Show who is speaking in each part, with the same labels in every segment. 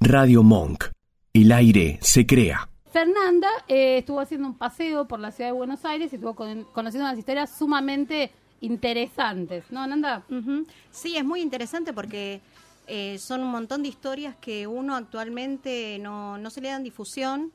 Speaker 1: Radio Monk. El aire se crea.
Speaker 2: Fernanda eh, estuvo haciendo un paseo por la ciudad de Buenos Aires y estuvo con- conociendo unas historias sumamente interesantes, ¿no, Nanda?
Speaker 3: Ujú. Sí, es muy interesante porque eh, son un montón de historias que uno actualmente no, no se le dan difusión.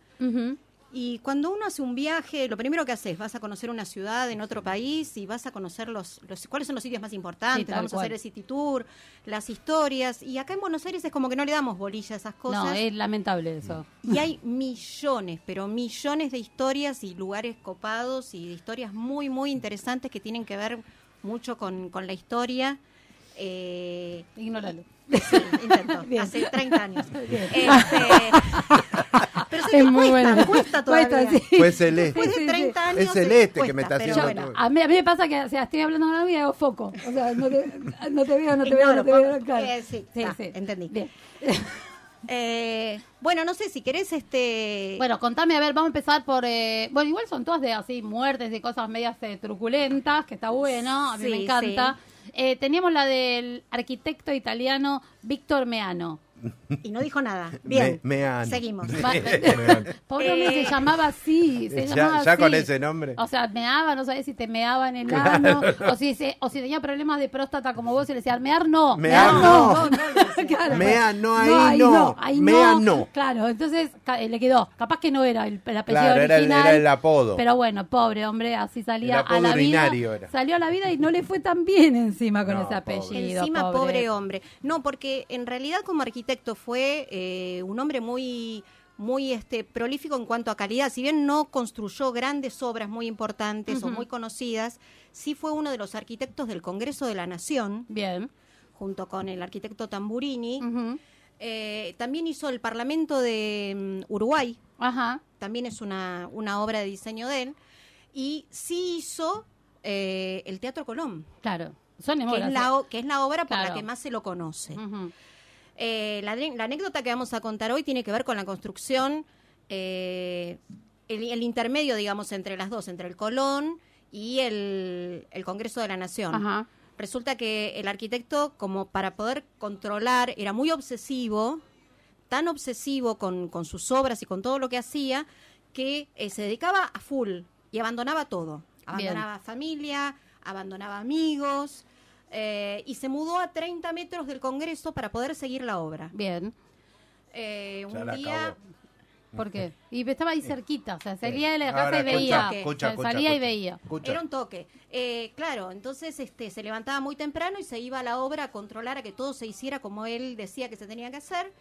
Speaker 3: Y cuando uno hace un viaje, lo primero que haces, vas a conocer una ciudad en otro país y vas a conocer los, los cuáles son los sitios más
Speaker 2: Sí,
Speaker 3: importantes,
Speaker 2: tal
Speaker 3: vamos a hacer
Speaker 2: cual.
Speaker 3: el City Tour, las historias. Y acá en Buenos Aires es como que no le damos bolilla a esas cosas.
Speaker 2: No, es lamentable eso.
Speaker 3: Y hay millones, pero millones de historias y lugares copados y de historias muy, muy interesantes que tienen que ver mucho con, con la historia. Eh,
Speaker 2: Ignóralo.
Speaker 3: sí, intento,
Speaker 4: Bien.
Speaker 3: hace 30 años.
Speaker 4: Bien.
Speaker 3: Este, pero sí,
Speaker 4: Ah,
Speaker 3: que
Speaker 4: Es muy
Speaker 3: cuesta,
Speaker 4: buena.
Speaker 3: cuesta todavía.
Speaker 4: Cuesta, sí.
Speaker 5: Fue celeste.
Speaker 3: Después
Speaker 4: Sí,
Speaker 3: de
Speaker 4: sí,
Speaker 3: 30 años eh,
Speaker 5: Es celeste que
Speaker 3: cuesta,
Speaker 5: me está
Speaker 3: pero
Speaker 5: haciendo
Speaker 3: bueno,
Speaker 5: todo.
Speaker 2: A mí, a mí me pasa que o sea, estoy hablando con algo y hago foco.
Speaker 4: O sea, no te, no te veo, no te veo,
Speaker 3: Ignoro,
Speaker 4: no te veo.
Speaker 3: pongo-
Speaker 4: Claro.
Speaker 3: eh, sí, está, entendí.
Speaker 2: Bien.
Speaker 3: Eh, bueno, no sé si querés este
Speaker 2: Bueno, contame, a ver, vamos a empezar por... eh, bueno, igual son todas de así, muertes, de cosas medias eh, truculentas, que está bueno, a mí
Speaker 3: Sí,
Speaker 2: me encanta. Eh, teníamos la del arquitecto italiano Víctor Meano.
Speaker 3: y no dijo nada. Bien.
Speaker 5: Me- meano.
Speaker 3: Seguimos.
Speaker 2: Va- Pobre hombre,
Speaker 3: Eh,
Speaker 2: se llamaba así. se
Speaker 5: ya-
Speaker 2: llamaba
Speaker 5: ya
Speaker 2: así.
Speaker 5: con ese nombre.
Speaker 2: O sea, meaba, no sabés si te meaba en el ano, o si, se- o si tenía problemas de próstata como vos y le decían, mear no.
Speaker 5: Mear
Speaker 2: no.
Speaker 5: no.
Speaker 4: Claro,
Speaker 5: Mea, no, ahí
Speaker 4: ahí
Speaker 5: no.
Speaker 4: no,
Speaker 2: Ahí
Speaker 5: Mea,
Speaker 2: no,
Speaker 5: no.
Speaker 2: Claro, entonces ca- eh, le quedó. Capaz que no era el, el apellido
Speaker 5: Claro, era el-
Speaker 2: original.
Speaker 5: era el apodo.
Speaker 2: Pero bueno, pobre hombre, así salía
Speaker 5: El apodo
Speaker 2: a la vida.
Speaker 5: urinario era.
Speaker 2: Salió a la vida y no le fue tan bien encima con
Speaker 5: No,
Speaker 2: ese
Speaker 5: pobre.
Speaker 2: apellido.
Speaker 3: Encima, pobre.
Speaker 2: pobre
Speaker 3: hombre. No, porque en realidad como arquitecto fue eh, un hombre muy muy este prolífico en cuanto a calidad, si bien no construyó grandes obras muy importantes o muy conocidas, sí fue uno de los arquitectos del Congreso de la Nación,
Speaker 2: Bien.
Speaker 3: junto con el arquitecto Tamburini.
Speaker 2: Ujú.
Speaker 3: Eh, también hizo el Parlamento de mm, Uruguay,
Speaker 2: Ajá.
Speaker 3: también es una, una obra de diseño de él, y sí hizo eh, el Teatro Colón,
Speaker 2: Claro. Son
Speaker 3: que es,
Speaker 2: emoras,
Speaker 3: la, o- que es la obra por
Speaker 2: Claro.
Speaker 3: la que más se lo conoce.
Speaker 2: eh. Ujú.
Speaker 3: Eh, la, de- la anécdota que vamos a contar hoy tiene que ver con la construcción, eh, el, el intermedio, digamos, entre las dos, entre el Colón y el, el Congreso de la Nación.
Speaker 2: Ajá.
Speaker 3: Resulta que el arquitecto, como para poder controlar, era muy obsesivo, tan obsesivo con, con sus obras y con todo lo que hacía, que eh, se dedicaba a full y abandonaba todo. Abandonaba familia, abandonaba amigos, eh, y se mudó a 30 metros del Congreso para poder seguir la obra.
Speaker 2: Bien.
Speaker 3: Eh,
Speaker 5: Ya
Speaker 3: un
Speaker 5: la
Speaker 3: día...
Speaker 5: acabó.
Speaker 2: ¿Por qué? Y estaba ahí cerquita, o sea, salía de la
Speaker 5: Eh, Ahora,
Speaker 2: casa y
Speaker 5: escucha,
Speaker 2: veía.
Speaker 5: escucha,
Speaker 2: O sea,
Speaker 5: escucha,
Speaker 2: salía y
Speaker 5: escucha.
Speaker 2: veía.
Speaker 5: Escucha.
Speaker 3: Era un toque. Eh, claro, entonces este, se levantaba muy temprano y se iba a la obra a controlar a que todo se hiciera como él decía que se tenía que hacer.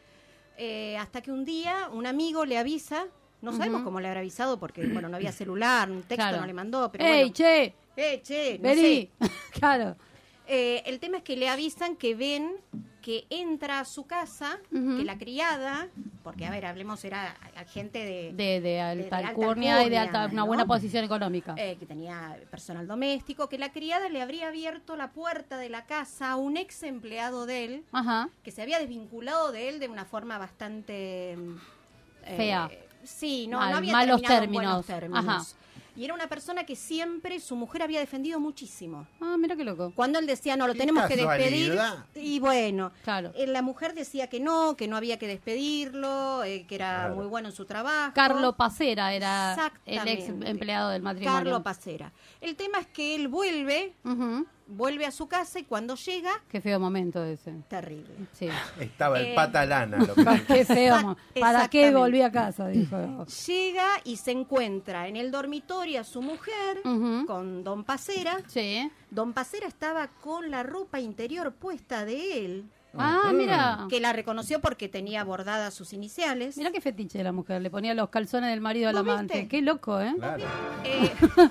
Speaker 3: eh, hasta que un día un amigo le avisa, no sabemos cómo le habrá avisado porque bueno, no había celular, un texto
Speaker 2: Claro.
Speaker 3: no le mandó, pero
Speaker 2: ¡Ey,
Speaker 3: bueno.
Speaker 2: che!
Speaker 3: Eh, che, no
Speaker 2: ¡Vení!
Speaker 3: sé.
Speaker 2: claro.
Speaker 3: Eh, el tema es que le avisan que ven que entra a su casa,
Speaker 2: Ujú.
Speaker 3: que la criada, porque a ver, hablemos, era a- a gente de,
Speaker 2: De, de
Speaker 3: alta
Speaker 2: alta alcurnia y de alta,
Speaker 3: alcurnia,
Speaker 2: una buena
Speaker 3: ¿no?
Speaker 2: posición económica.
Speaker 3: eh, que tenía personal doméstico, que la criada le habría abierto la puerta de la casa a un ex empleado de él,
Speaker 2: Ajá.
Speaker 3: que se había desvinculado de él de una forma bastante mm, eh,
Speaker 2: Fea.
Speaker 3: sí, no,
Speaker 2: Mal-
Speaker 3: no había
Speaker 2: malos
Speaker 3: terminado en buenos
Speaker 2: términos. Ajá.
Speaker 3: términos. Y era una persona que siempre su mujer había defendido muchísimo.
Speaker 2: Ah, mira qué loco.
Speaker 3: Cuando él decía, no, lo
Speaker 5: Qué
Speaker 3: tenemos que despedir.
Speaker 5: casualidad.
Speaker 3: Y bueno,
Speaker 2: Claro.
Speaker 3: eh, la mujer decía que no, que no había que despedirlo, eh, que era
Speaker 5: Claro.
Speaker 3: muy bueno en su trabajo.
Speaker 2: Carlo Pacera era el ex
Speaker 3: Exactamente.
Speaker 2: empleado del matrimonio.
Speaker 3: Carlo Pacera. El tema es que él vuelve,
Speaker 2: Ujú.
Speaker 3: vuelve a su casa y cuando llega,
Speaker 2: Qué feo momento ese.
Speaker 3: terrible.
Speaker 2: Sí.
Speaker 5: Estaba el
Speaker 3: Eh,
Speaker 5: patalana. Lo que
Speaker 2: qué feo. mo- ¿Para qué
Speaker 3: Exactamente.
Speaker 2: volví a casa? Dijo.
Speaker 3: Llega y se encuentra en el dormitorio a su mujer
Speaker 2: Ujú.
Speaker 3: con Don Pacera.
Speaker 2: Sí.
Speaker 3: Don Pacera estaba con la ropa interior puesta de él,
Speaker 2: Ah, mira.
Speaker 3: que la reconoció porque tenía bordadas sus iniciales.
Speaker 2: Mira qué fetiche de la mujer. Le ponía los calzones del marido al
Speaker 3: ¿Vos
Speaker 2: amante.
Speaker 3: viste?
Speaker 2: Qué loco, ¿eh?
Speaker 5: Claro.
Speaker 3: Eh,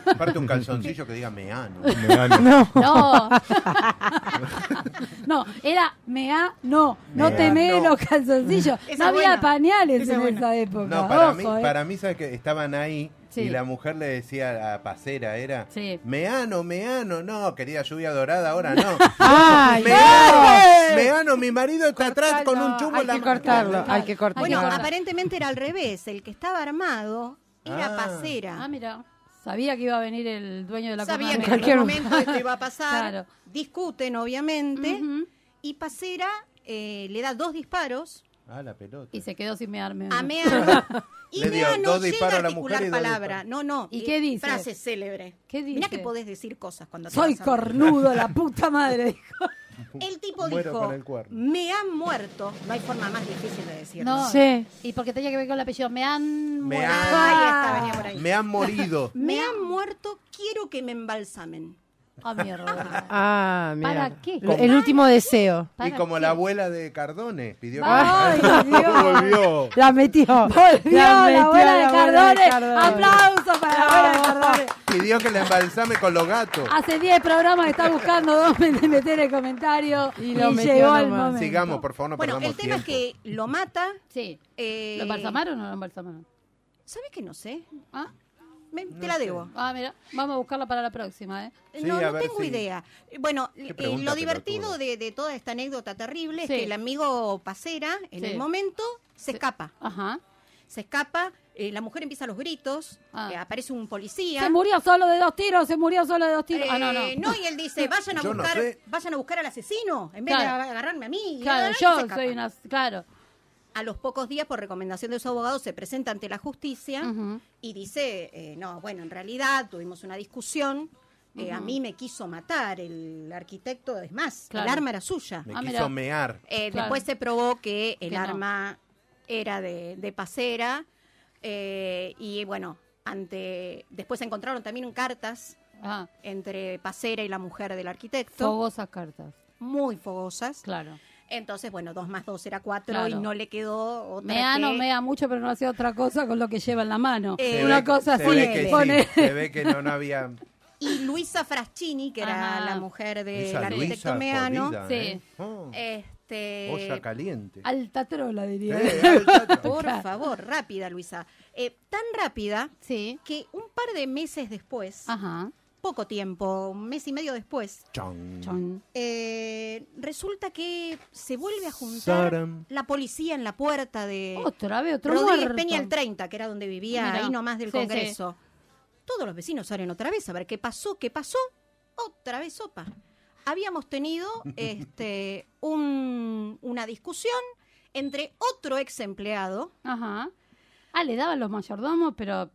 Speaker 5: Aparte un calzoncillo que diga meano.
Speaker 4: No.
Speaker 2: No. no, era mea, no. No
Speaker 5: Mea,
Speaker 2: te mees
Speaker 5: no.
Speaker 4: los calzoncillos.
Speaker 3: Esa
Speaker 4: no había
Speaker 3: buena.
Speaker 4: pañales
Speaker 3: Esa
Speaker 4: en
Speaker 3: buena.
Speaker 4: esa época.
Speaker 5: No, para,
Speaker 4: Ojo,
Speaker 5: mí,
Speaker 4: eh.
Speaker 5: para mí, ¿sabes que Estaban ahí
Speaker 2: Sí.
Speaker 5: y la mujer le decía a Pacera, era,
Speaker 2: Sí.
Speaker 5: meano, meano, no, querida lluvia dorada, ahora no.
Speaker 4: Ay,
Speaker 5: meano, meano, mi marido está atrás con un chumbo en
Speaker 4: hay
Speaker 5: la
Speaker 4: que
Speaker 5: mano".
Speaker 4: cortarlo, hay que cortarlo.
Speaker 3: bueno,
Speaker 2: Hay que guardar.
Speaker 3: aparentemente era al revés. El que estaba armado era
Speaker 5: Ah.
Speaker 3: Pacera.
Speaker 2: Ah, mira. Sabía que iba a venir el dueño de la
Speaker 3: Sabía que en
Speaker 2: comarca.
Speaker 3: cualquier momento esto iba a pasar.
Speaker 2: Claro.
Speaker 3: Discuten, obviamente.
Speaker 2: Ujú.
Speaker 3: Y Pacera eh, le da dos disparos
Speaker 5: Ah, la pelota.
Speaker 2: Y se quedó sin mearme.
Speaker 3: A Mea. y
Speaker 5: Le dio
Speaker 3: Mea no
Speaker 5: dos disparos
Speaker 3: llega
Speaker 5: a
Speaker 3: a
Speaker 5: la mujer
Speaker 3: articular
Speaker 5: y dos
Speaker 3: palabra.
Speaker 5: disparos.
Speaker 3: No, no.
Speaker 2: ¿Y
Speaker 3: eh,
Speaker 2: qué dice?
Speaker 3: Frase célebre.
Speaker 2: ¿Qué
Speaker 3: Mira que
Speaker 2: dice?
Speaker 3: podés decir cosas cuando te
Speaker 4: Soy
Speaker 3: vas a morir.
Speaker 4: cornudo, la puta madre. dijo.
Speaker 3: El tipo
Speaker 5: Muero
Speaker 3: dijo,
Speaker 5: con el cuerno.
Speaker 3: me han muerto. No hay forma más difícil de decirlo.
Speaker 2: No.
Speaker 4: Sí.
Speaker 2: Y porque tenía que ver con el apellido. Me han.
Speaker 5: Me
Speaker 2: muerto.
Speaker 5: han-
Speaker 3: Ahí está, venía por ahí.
Speaker 5: Me han morido.
Speaker 3: Me han muerto, quiero que me embalsamen.
Speaker 2: Ah, mierda.
Speaker 4: Ah, mira.
Speaker 2: ¿Para qué?
Speaker 4: Lo- El último deseo.
Speaker 5: Y
Speaker 2: ¿Para
Speaker 5: como
Speaker 2: qué?
Speaker 5: la abuela de Cardone pidió que
Speaker 4: Ay, Dios.
Speaker 5: volvió.
Speaker 4: La metió.
Speaker 2: Volvió la, abuela de Cardone. Aplausos para la abuela de Cardone.
Speaker 5: Pidió que la embalsame con los gatos.
Speaker 2: Hace 10 programas que está buscando dos de meter el comentario y,
Speaker 4: lo metió
Speaker 2: llegó al
Speaker 4: nomás.
Speaker 2: momento.
Speaker 5: Sigamos, por favor, no
Speaker 3: bueno,
Speaker 5: perdamos
Speaker 3: el tema
Speaker 5: tiempo.
Speaker 3: es que lo mata.
Speaker 2: Sí.
Speaker 3: Eh,
Speaker 2: ¿Lo embalsamaron o no lo embalsamaron?
Speaker 3: ¿Sabes que no sé?
Speaker 2: ¿Ah?
Speaker 3: Me- te la debo.
Speaker 2: ah, mira, vamos a buscarla para la próxima, ¿eh?
Speaker 5: Sí,
Speaker 3: no,
Speaker 5: a
Speaker 3: no
Speaker 5: ver
Speaker 3: tengo
Speaker 5: si-
Speaker 3: idea. Bueno, eh,
Speaker 5: pregunta
Speaker 3: lo divertido
Speaker 5: pelotuda.
Speaker 3: de, de toda esta anécdota terrible es
Speaker 2: Sí.
Speaker 3: que el amigo Pacera, en
Speaker 2: Sí.
Speaker 3: el momento, se escapa.
Speaker 2: Ajá.
Speaker 3: Se escapa, eh, la mujer empieza a los gritos,
Speaker 2: Ah.
Speaker 3: eh, aparece un policía.
Speaker 2: Se murió solo de dos tiros, se murió solo de dos tiros. ah, no, no.
Speaker 3: Eh, y él dice, vayan a
Speaker 5: Yo no
Speaker 3: buscar,
Speaker 5: sé.
Speaker 3: vayan a buscar al asesino, en vez
Speaker 2: Claro.
Speaker 3: de agarrarme a mí. Y
Speaker 2: Claro,
Speaker 3: se
Speaker 2: yo
Speaker 3: escapa.
Speaker 2: soy una. Claro.
Speaker 3: A los pocos días, por recomendación de su abogado, se presenta ante la justicia
Speaker 2: Ujú.
Speaker 3: y dice, eh, no, bueno, en realidad tuvimos una discusión, eh, a mí me quiso matar el arquitecto, es más,
Speaker 2: Claro.
Speaker 3: el arma era suya.
Speaker 5: Me
Speaker 2: Ah,
Speaker 5: quiso
Speaker 2: mira.
Speaker 5: mear.
Speaker 3: Eh,
Speaker 2: Claro.
Speaker 3: Después se probó que el
Speaker 2: Que no.
Speaker 3: arma era de, de pasera eh, y bueno, ante después se encontraron también cartas
Speaker 2: Ah,
Speaker 3: entre pasera y la mujer del arquitecto,
Speaker 2: fogosas cartas.
Speaker 3: muy fogosas.
Speaker 2: Claro.
Speaker 3: Entonces, bueno, dos más dos era cuatro
Speaker 2: Claro.
Speaker 3: y no le quedó otra
Speaker 2: Mea no
Speaker 3: que-
Speaker 2: mea mucho, pero no hace otra cosa con lo que lleva en la mano.
Speaker 3: Eh,
Speaker 5: Se
Speaker 2: una
Speaker 5: ve-
Speaker 2: cosa
Speaker 5: se
Speaker 2: así.
Speaker 5: ve que sí,
Speaker 2: pone-
Speaker 5: se ve que no, no había.
Speaker 3: Y Luisa Fraschini, que era
Speaker 2: Ajá.
Speaker 3: la mujer
Speaker 2: Eh,
Speaker 3: del
Speaker 5: Esa
Speaker 3: arquitecto
Speaker 5: Luisa
Speaker 3: Meano,
Speaker 5: podrida,
Speaker 2: Sí.
Speaker 5: ¿eh? Oh,
Speaker 2: Eh,
Speaker 3: este
Speaker 5: olla caliente.
Speaker 2: Alta trola, diría.
Speaker 5: Eh, alta-
Speaker 3: por favor, rápida Luisa. Eh, tan rápida
Speaker 2: Sí.
Speaker 3: que un par de meses después,
Speaker 2: Ajá.
Speaker 3: poco tiempo, un mes y medio después,
Speaker 5: Chon.
Speaker 2: Chon.
Speaker 3: eh, resulta que se vuelve a juntar
Speaker 5: Saram.
Speaker 3: la policía en la puerta de
Speaker 2: Otra vez, otro
Speaker 3: Rodríguez
Speaker 2: muerto.
Speaker 3: Peña el 30, que era donde vivía
Speaker 2: Mira.
Speaker 3: ahí nomás del
Speaker 2: Sí,
Speaker 3: Congreso. Todos los vecinos salen otra vez a ver qué pasó, qué pasó. Otra vez sopa. Habíamos tenido este, un- una discusión entre otro ex empleado.
Speaker 2: Ajá. Ah, le daban los mayordomos, pero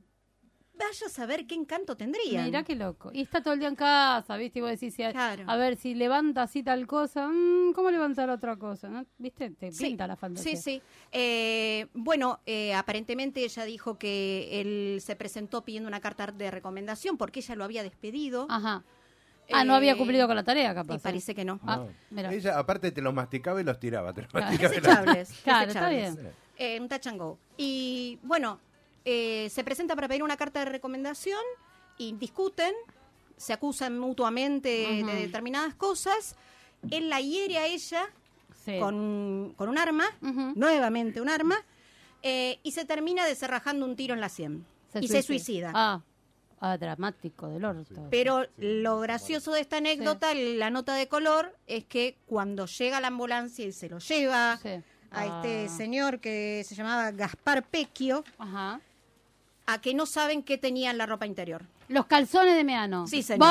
Speaker 3: Vaya a saber qué encanto tendría.
Speaker 2: mirá qué loco. Y está todo el día en casa, ¿viste? Y vos decís, si a,
Speaker 3: Claro.
Speaker 2: a ver, si levanta así tal cosa, mm, ¿cómo levantar otra cosa? ¿No? ¿Viste? Te
Speaker 3: Sí,
Speaker 2: pinta la fantasía.
Speaker 3: Sí, sí. Eh, bueno, eh, aparentemente ella dijo que él se presentó pidiendo una carta de recomendación porque ella lo había despedido.
Speaker 2: Ajá. Ah, no había
Speaker 3: Eh,
Speaker 2: cumplido con la tarea,
Speaker 3: Y
Speaker 2: capaz. ¿eh?
Speaker 3: parece que no.
Speaker 2: Ah,
Speaker 5: No.
Speaker 2: mira.
Speaker 5: Ella, aparte, te los masticaba y los tiraba. Te los
Speaker 2: Claro.
Speaker 5: masticaba y los-
Speaker 3: Desechables.
Speaker 2: Claro,
Speaker 3: desechables.
Speaker 2: está
Speaker 5: bien.
Speaker 3: Eh, un touch and go. Y bueno, eh, se presenta para pedir una carta de recomendación y discuten, se acusan mutuamente
Speaker 2: Ujú.
Speaker 3: de determinadas cosas. Él la hiere a ella
Speaker 2: Sí.
Speaker 3: con, con un arma,
Speaker 2: Ujú.
Speaker 3: nuevamente un arma, eh, y se termina deserrajando un tiro en la sien. y se suicida.
Speaker 2: Ah. Ah, dramático del orto.
Speaker 3: Pero lo gracioso de esta anécdota, la nota de color, es que cuando llega la ambulancia y se lo lleva
Speaker 2: Sí.
Speaker 3: a este
Speaker 2: Ah.
Speaker 3: señor que se llamaba Gaspar Pecchio,
Speaker 2: Ajá.
Speaker 3: a que no saben qué tenía en la ropa interior.
Speaker 2: Los calzones de Meano.
Speaker 3: Sí, señor.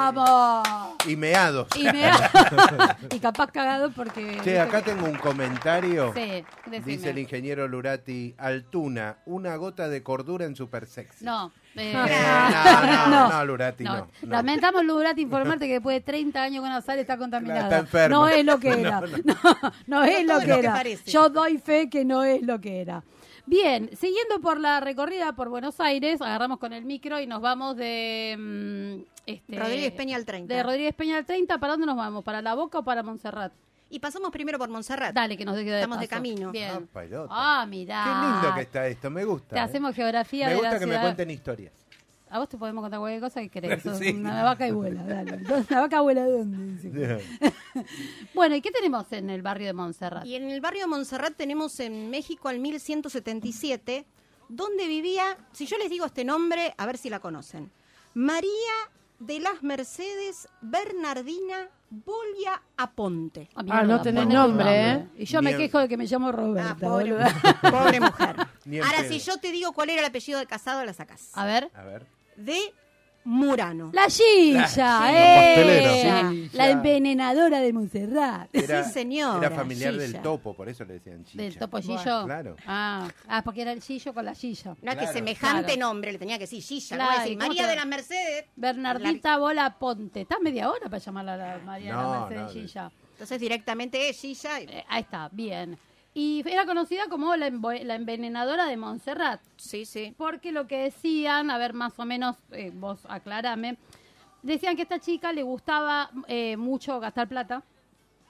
Speaker 2: ¡Vamos!
Speaker 5: Y meados.
Speaker 2: Y, me... y capaz cagado porque.
Speaker 5: Che, acá tengo un comentario.
Speaker 2: Sí, decime.
Speaker 5: Dice el ingeniero Lurati, Altuna, una gota de cordura en Super Sexy.
Speaker 2: No. eh,
Speaker 5: Eh, no, no, no, Lurati, no.
Speaker 2: no.
Speaker 5: no.
Speaker 2: Lamentamos, Lurati, informarte que después de 30 años con azar está contaminada.
Speaker 5: Claro, está enfermo.
Speaker 2: No es lo que era. No, no es lo
Speaker 3: No todo
Speaker 2: que
Speaker 3: lo que
Speaker 2: era.
Speaker 3: parece.
Speaker 2: Yo doy fe que no es lo que era. Bien, siguiendo por la recorrida por Buenos Aires, agarramos con el micro y nos vamos de. mm, este,
Speaker 3: Rodríguez Peña al 30.
Speaker 2: De Rodríguez Peña al 30, ¿para dónde nos vamos? ¿Para La Boca o para Montserrat?
Speaker 3: Y pasamos primero por Montserrat.
Speaker 2: Dale, que nos queda de
Speaker 3: Estamos de
Speaker 2: paso.
Speaker 3: camino.
Speaker 5: Ah,
Speaker 2: Bien.
Speaker 5: pelota.
Speaker 2: Ah, mirá.
Speaker 5: Qué lindo que está esto, me gusta.
Speaker 2: Te
Speaker 5: eh.
Speaker 2: hacemos geografía
Speaker 5: Me
Speaker 2: de la
Speaker 5: gusta que me
Speaker 2: ciudad.
Speaker 5: cuenten historias.
Speaker 2: A vos te podemos contar cualquier cosa que querés. Sos
Speaker 5: Sí.
Speaker 2: una vaca y vuela, dale. Entonces, ¿La vaca vuela dónde? Dice. Bueno, ¿y qué tenemos en el barrio de Montserrat?
Speaker 3: Y en el barrio de Montserrat tenemos en México al 1177, donde vivía, si yo les digo este nombre, a ver si la conocen, María de las Mercedes Bernardina Bolia Aponte.
Speaker 2: Ah, mira,
Speaker 4: Ah, no
Speaker 2: la
Speaker 4: tenés
Speaker 2: pone
Speaker 4: nombre,
Speaker 2: tu
Speaker 4: ¿eh?
Speaker 2: Y yo me
Speaker 5: Mierda.
Speaker 2: quejo de que me llamo Roberta,
Speaker 3: Ah, pobre,
Speaker 2: boluda.
Speaker 3: pobre mujer.
Speaker 5: Ni en
Speaker 3: Ahora,
Speaker 5: pedo.
Speaker 2: Ah.
Speaker 3: si yo te digo cuál era el apellido de casado, la sacás.
Speaker 2: A ver,
Speaker 5: A ver.
Speaker 3: De Murano.
Speaker 2: La Gilla,
Speaker 5: eh.
Speaker 2: la,
Speaker 5: La Gilla.
Speaker 2: envenenadora de Montserrat.
Speaker 5: Era,
Speaker 3: Sí, señor.
Speaker 5: Era
Speaker 3: La
Speaker 5: familiar del
Speaker 3: Gilla.
Speaker 5: topo, por eso le decían chicha.
Speaker 2: ¿Del topo Gillo?
Speaker 5: Claro.
Speaker 2: Ah, ah, porque era el Gillo con la Gilla.
Speaker 3: No es
Speaker 5: Claro.
Speaker 3: que semejante
Speaker 2: Claro.
Speaker 3: nombre le tenía que decir Gilla.
Speaker 2: Claro,
Speaker 3: no decir,
Speaker 2: ¿y cómo
Speaker 3: María
Speaker 2: te-
Speaker 3: de las Mercedes.
Speaker 2: Bernardita Bola Ponte. Estás media hora para llamarla a la Mariana
Speaker 5: No,
Speaker 2: Mercedes
Speaker 5: no,
Speaker 2: Gilla.
Speaker 3: Entonces directamente es Gilla. y-
Speaker 2: Eh, ahí está, bien. Y era conocida como la, envo- la envenenadora de Montserrat.
Speaker 3: Sí, sí.
Speaker 2: Porque lo que decían, a ver, más o menos, eh, vos aclarame, decían que a esta chica le gustaba eh, mucho gastar plata,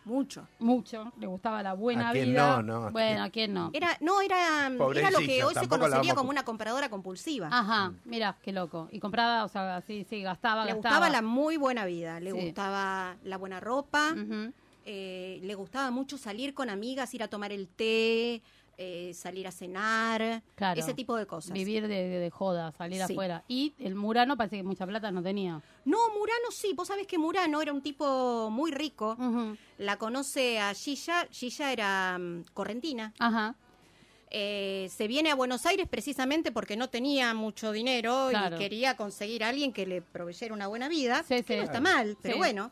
Speaker 3: Mucho.
Speaker 2: mucho, le gustaba la buena
Speaker 5: ¿A quién
Speaker 2: vida.
Speaker 5: no, no?
Speaker 2: Bueno, ¿a quién no?
Speaker 3: Era, no, era, mm, era lo que
Speaker 5: Pobrecita,
Speaker 3: hoy se
Speaker 5: tampoco la vamos
Speaker 3: conocería
Speaker 5: a
Speaker 3: como
Speaker 5: culpar.
Speaker 3: una compradora compulsiva.
Speaker 2: Ajá, mira, qué loco. Y compraba, o sea, sí, sí, gastaba,
Speaker 3: le
Speaker 2: gastaba.
Speaker 3: gustaba la muy buena vida, le
Speaker 2: Sí.
Speaker 3: gustaba la buena ropa,
Speaker 2: Ujú.
Speaker 3: eh, le gustaba mucho salir con amigas, ir a tomar el té, eh, salir a cenar,
Speaker 2: Claro.
Speaker 3: ese tipo de cosas.
Speaker 2: Vivir de, de- de joda, salir
Speaker 3: Sí.
Speaker 2: afuera. Y el Murano parece que mucha plata no tenía.
Speaker 3: No, Murano sí, vos sabés que Murano era un tipo muy rico.
Speaker 2: Ujú.
Speaker 3: La conoce a Gilla, Gilla era mm, correntina.
Speaker 2: Ajá.
Speaker 3: Eh, se viene a Buenos Aires precisamente porque no tenía mucho dinero
Speaker 2: Claro.
Speaker 3: y quería conseguir a alguien que le proveyera una buena vida.
Speaker 2: Sí,
Speaker 3: que
Speaker 2: sí.
Speaker 3: no está mal, pero
Speaker 2: Sí.
Speaker 3: bueno.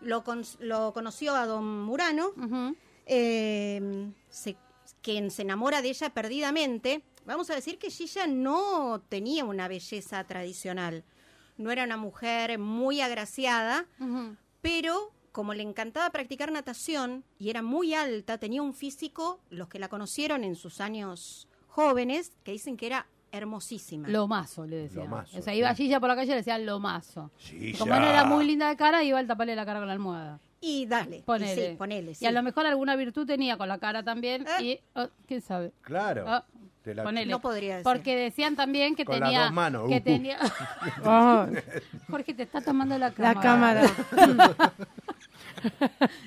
Speaker 3: Lo, cons- lo conoció a don Murano,
Speaker 2: Ujú.
Speaker 3: eh, se- quien se enamora de ella perdidamente. Vamos a decir que Gilla no tenía una belleza tradicional. No era una mujer muy agraciada,
Speaker 2: Ujú.
Speaker 3: pero como le encantaba practicar natación y era muy alta, tenía un físico, los que la conocieron en sus años jóvenes, que dicen que era hermosísima.
Speaker 2: Lomazo, le decían.
Speaker 5: Lomazo,
Speaker 2: o sea, iba
Speaker 5: sí.
Speaker 2: Gilla por la calle y le decían lomazo.
Speaker 5: Gilla.
Speaker 2: Como no era muy linda de cara, iba al taparle la cara con la almohada.
Speaker 3: Y dale, y
Speaker 2: Ponele.
Speaker 3: sí, ponele, sí.
Speaker 2: Y a lo mejor alguna virtud tenía con la cara también.
Speaker 3: Eh.
Speaker 2: Y, oh, quién sabe.
Speaker 5: Ah. Claro.
Speaker 2: Ah,
Speaker 5: Te la-
Speaker 2: ponele.
Speaker 3: No podría decir.
Speaker 2: Porque decían también que
Speaker 5: Con las
Speaker 2: tenía.
Speaker 5: dos manos,
Speaker 2: Que
Speaker 5: uh, uh.
Speaker 2: tenía.
Speaker 4: Ah,
Speaker 2: Jorge, te está tomando la cámara.
Speaker 4: la cámara.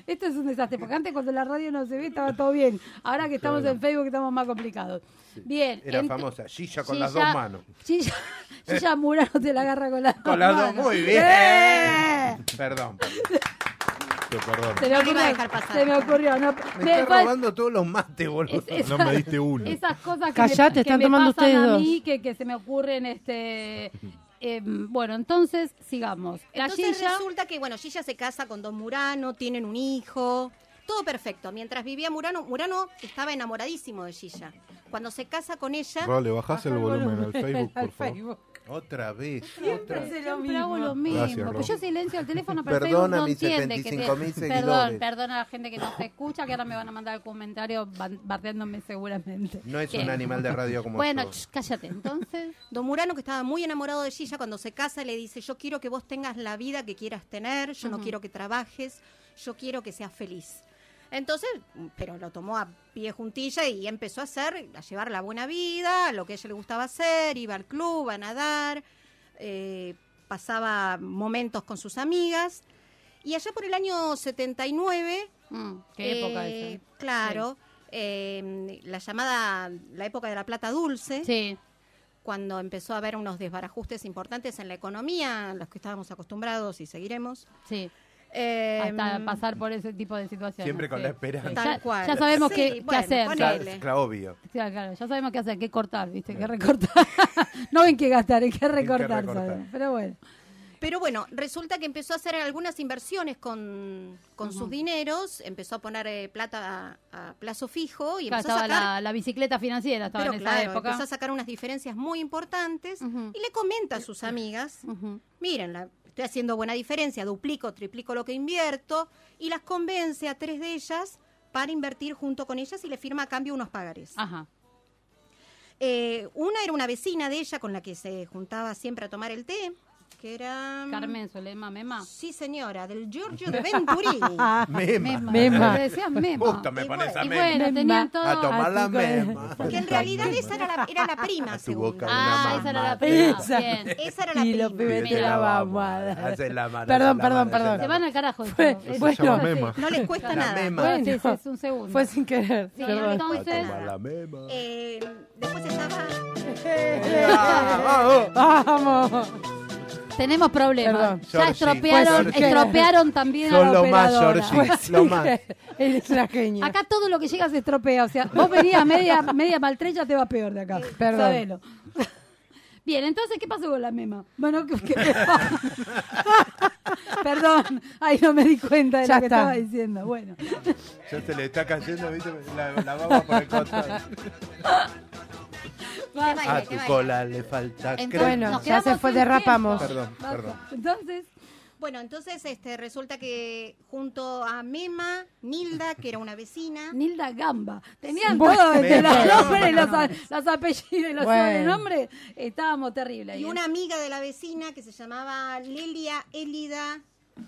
Speaker 2: Esto es un desastre, porque antes cuando la radio no se ve estaba todo bien. Ahora que estamos en Facebook estamos más complicados. Bien.
Speaker 5: Era
Speaker 2: ent-
Speaker 5: famosa, Gilla con las
Speaker 2: Gilla-
Speaker 5: dos manos.
Speaker 2: Gilla, Gilla Murano te la agarra con las dos
Speaker 5: Con las dos,
Speaker 2: manos.
Speaker 5: muy bien.
Speaker 2: ¡Eh!
Speaker 5: Perdón. perdón. Te perdono.
Speaker 2: Se me
Speaker 3: No le iba a
Speaker 2: ocurrió,
Speaker 3: dejar pasar.
Speaker 2: se me ocurrió, no,
Speaker 5: Me
Speaker 2: me-
Speaker 5: estás
Speaker 2: fue-
Speaker 5: robando todos los mates, boludo.
Speaker 2: es- es-
Speaker 6: No me diste uno.
Speaker 2: Esas cosas que
Speaker 4: Callate,
Speaker 2: me, que
Speaker 4: están
Speaker 2: me
Speaker 4: tomando
Speaker 2: pasan
Speaker 4: ustedes
Speaker 2: a
Speaker 4: dos.
Speaker 2: mí, que, que se me ocurren, este... em, bueno, entonces, sigamos. La
Speaker 3: Entonces
Speaker 2: Gilla,
Speaker 3: resulta que, bueno, Gilla se casa con Don Murano, tienen un hijo, todo perfecto. Mientras vivía Murano, Murano estaba enamoradísimo de Gilla. Cuando se casa con ella,
Speaker 6: Vale, bajás el volumen al Facebook, por favor.
Speaker 5: Otra vez.
Speaker 4: Siempre
Speaker 5: otra
Speaker 4: hace lo
Speaker 2: Siempre hago lo
Speaker 4: mismo.
Speaker 2: mismo.
Speaker 6: Gracias,
Speaker 2: porque
Speaker 6: Ro.
Speaker 2: yo silencio el teléfono, pero
Speaker 5: Perdona
Speaker 2: Facebook no
Speaker 5: mis
Speaker 2: entiende. que
Speaker 5: 75.000
Speaker 2: te-
Speaker 5: seguidores.
Speaker 2: Perdón, perdona a la gente que no se escucha, que ahora me van a mandar el comentario ban- bardeándome seguramente.
Speaker 5: No es
Speaker 2: Que-
Speaker 5: un animal de radio como
Speaker 2: Bueno,
Speaker 5: yo.
Speaker 2: ch, cállate. Entonces,
Speaker 3: Don Murano, que estaba muy enamorado de Gilla, cuando se casa le dice, yo quiero que vos tengas la vida que quieras tener, yo no quiero que trabajes, yo quiero que seas feliz. Entonces, pero lo tomó a pie juntilla y empezó a hacer, a llevar la buena vida, a lo que a ella le gustaba hacer, iba al club, a nadar, eh, pasaba momentos con sus amigas. Y allá por el año 79,
Speaker 2: mm, qué época
Speaker 3: eh,
Speaker 2: esa.
Speaker 3: Claro, eh, la llamada, la época de la plata dulce
Speaker 2: Sí,
Speaker 3: cuando empezó a haber unos desbarajustes importantes en la economía, a los que estábamos acostumbrados y seguiremos.
Speaker 2: sí.
Speaker 3: Eh,
Speaker 2: Hasta pasar por ese tipo de situaciones.
Speaker 5: Siempre con
Speaker 2: sí,
Speaker 5: la esperanza.
Speaker 2: sí.
Speaker 3: Tal
Speaker 2: Ya,
Speaker 3: cual.
Speaker 2: ya sabemos
Speaker 3: Sí,
Speaker 2: qué, qué
Speaker 3: bueno,
Speaker 2: hacer.
Speaker 3: ponele.
Speaker 5: Ya,
Speaker 2: Ya,
Speaker 3: Ponele.
Speaker 5: es claro, obvio.
Speaker 2: claro, claro, ya sabemos qué hacer, qué cortar, ¿viste? Qué recortar. no ven qué gastar, es qué recortar.
Speaker 5: Eh. recortar.
Speaker 2: saben. Pero bueno.
Speaker 3: Pero bueno, resulta que empezó a hacer algunas inversiones con, con sus dineros, empezó a poner eh, plata a, a plazo fijo y
Speaker 2: Claro,
Speaker 3: empezó a
Speaker 2: estaba
Speaker 3: sacar...
Speaker 2: la, la bicicleta financiera, estaba
Speaker 3: Pero
Speaker 2: en esa
Speaker 3: claro,
Speaker 2: época.
Speaker 3: empezó a sacar unas diferencias muy importantes
Speaker 2: Ujú.
Speaker 3: y le comenta a sus amigas,
Speaker 2: Ujú.
Speaker 3: miren, la- estoy haciendo buena diferencia, duplico, triplico lo que invierto y las convence a tres de ellas para invertir junto con ellas y le firma a cambio unos pagares.
Speaker 2: Ajá.
Speaker 3: Eh, una era una vecina de ella con la que se juntaba siempre a tomar el té, que era... mm,
Speaker 2: Carmen Solema Mema.
Speaker 3: Sí, señora, del Giorgio de Venturini.
Speaker 5: Mema.
Speaker 2: Mema.
Speaker 4: Mema.
Speaker 2: Le decían Mema.
Speaker 5: Justo me
Speaker 3: Y
Speaker 5: pones
Speaker 3: bueno,
Speaker 5: a
Speaker 2: y
Speaker 5: Mema.
Speaker 2: bueno, tenían todo.
Speaker 5: A tomar la
Speaker 4: Así que-
Speaker 5: mema.
Speaker 3: que en realidad esa era la, era la prima,
Speaker 5: A tu
Speaker 3: según.
Speaker 5: boca
Speaker 2: Ah,
Speaker 5: Una
Speaker 2: esa era la
Speaker 5: mamá.
Speaker 2: prima.
Speaker 4: Esa.
Speaker 2: Bien.
Speaker 3: Esa era la
Speaker 4: Y los
Speaker 3: prima.
Speaker 4: pibes
Speaker 5: Pibete,
Speaker 4: te la
Speaker 5: la
Speaker 4: vamos
Speaker 5: vamos
Speaker 4: a
Speaker 5: a
Speaker 4: dar.
Speaker 5: dar. Hace la mano,
Speaker 4: Perdón,
Speaker 5: hace la
Speaker 4: perdón,
Speaker 5: mano, hace
Speaker 4: perdón.
Speaker 5: la
Speaker 2: Se van al carajo.
Speaker 4: Fue-
Speaker 2: eso.
Speaker 4: bueno.
Speaker 2: Eso sí.
Speaker 6: Mema.
Speaker 3: No les cuesta
Speaker 5: La
Speaker 3: nada.
Speaker 5: mema.
Speaker 2: Bueno,
Speaker 4: Bueno.
Speaker 2: sí, sí, es un segundo.
Speaker 4: Fue sin querer.
Speaker 2: Sí,
Speaker 4: perdón.
Speaker 2: entonces-
Speaker 5: A tomar la mema.
Speaker 3: Eh, después estaba...
Speaker 5: Ah, ah,
Speaker 4: Vamos.
Speaker 2: Tenemos problemas.
Speaker 4: Perdón. Pues,
Speaker 2: Ya
Speaker 5: Georgie.
Speaker 2: estropearon,
Speaker 4: Fue sin
Speaker 2: estropearon también a
Speaker 5: Sos
Speaker 2: la
Speaker 5: lo más,
Speaker 2: operadora.
Speaker 5: Georgie. Lo más.
Speaker 4: Eres una genia.
Speaker 2: Acá todo lo que llega se estropea. O sea, vos venías media, media maltrecha, te va peor de acá.
Speaker 4: Perdón.
Speaker 2: Sabelo. Bien, entonces, ¿qué pasó con la mema? Bueno, que- que- Perdón, ay, no me di cuenta de
Speaker 4: Ya
Speaker 2: lo que
Speaker 4: está.
Speaker 2: estaba diciendo. Bueno,
Speaker 5: Ya se le está cayendo, ¿viste? La, la baba por el costado.
Speaker 2: basta.
Speaker 5: A tu cola le falta
Speaker 3: Entonces,
Speaker 5: crema.
Speaker 4: Bueno,
Speaker 3: Nos
Speaker 4: ya se
Speaker 2: quedamos
Speaker 4: fue,
Speaker 2: sin
Speaker 4: derrapamos.
Speaker 2: tiempo.
Speaker 5: Perdón,
Speaker 2: Basta.
Speaker 5: perdón.
Speaker 2: Entonces,
Speaker 3: Bueno, entonces este, resulta que junto a Mema, Nilda, que era una vecina,
Speaker 2: Nilda Gamba. Tenían
Speaker 4: Bueno,
Speaker 2: todos este,
Speaker 5: Nilda
Speaker 2: los
Speaker 5: Gamba.
Speaker 2: nombres, los, a- los apellidos y los
Speaker 4: Bueno.
Speaker 2: sobrenombres. Estábamos terribles.
Speaker 3: y una amiga de la vecina que se llamaba Lelia Elida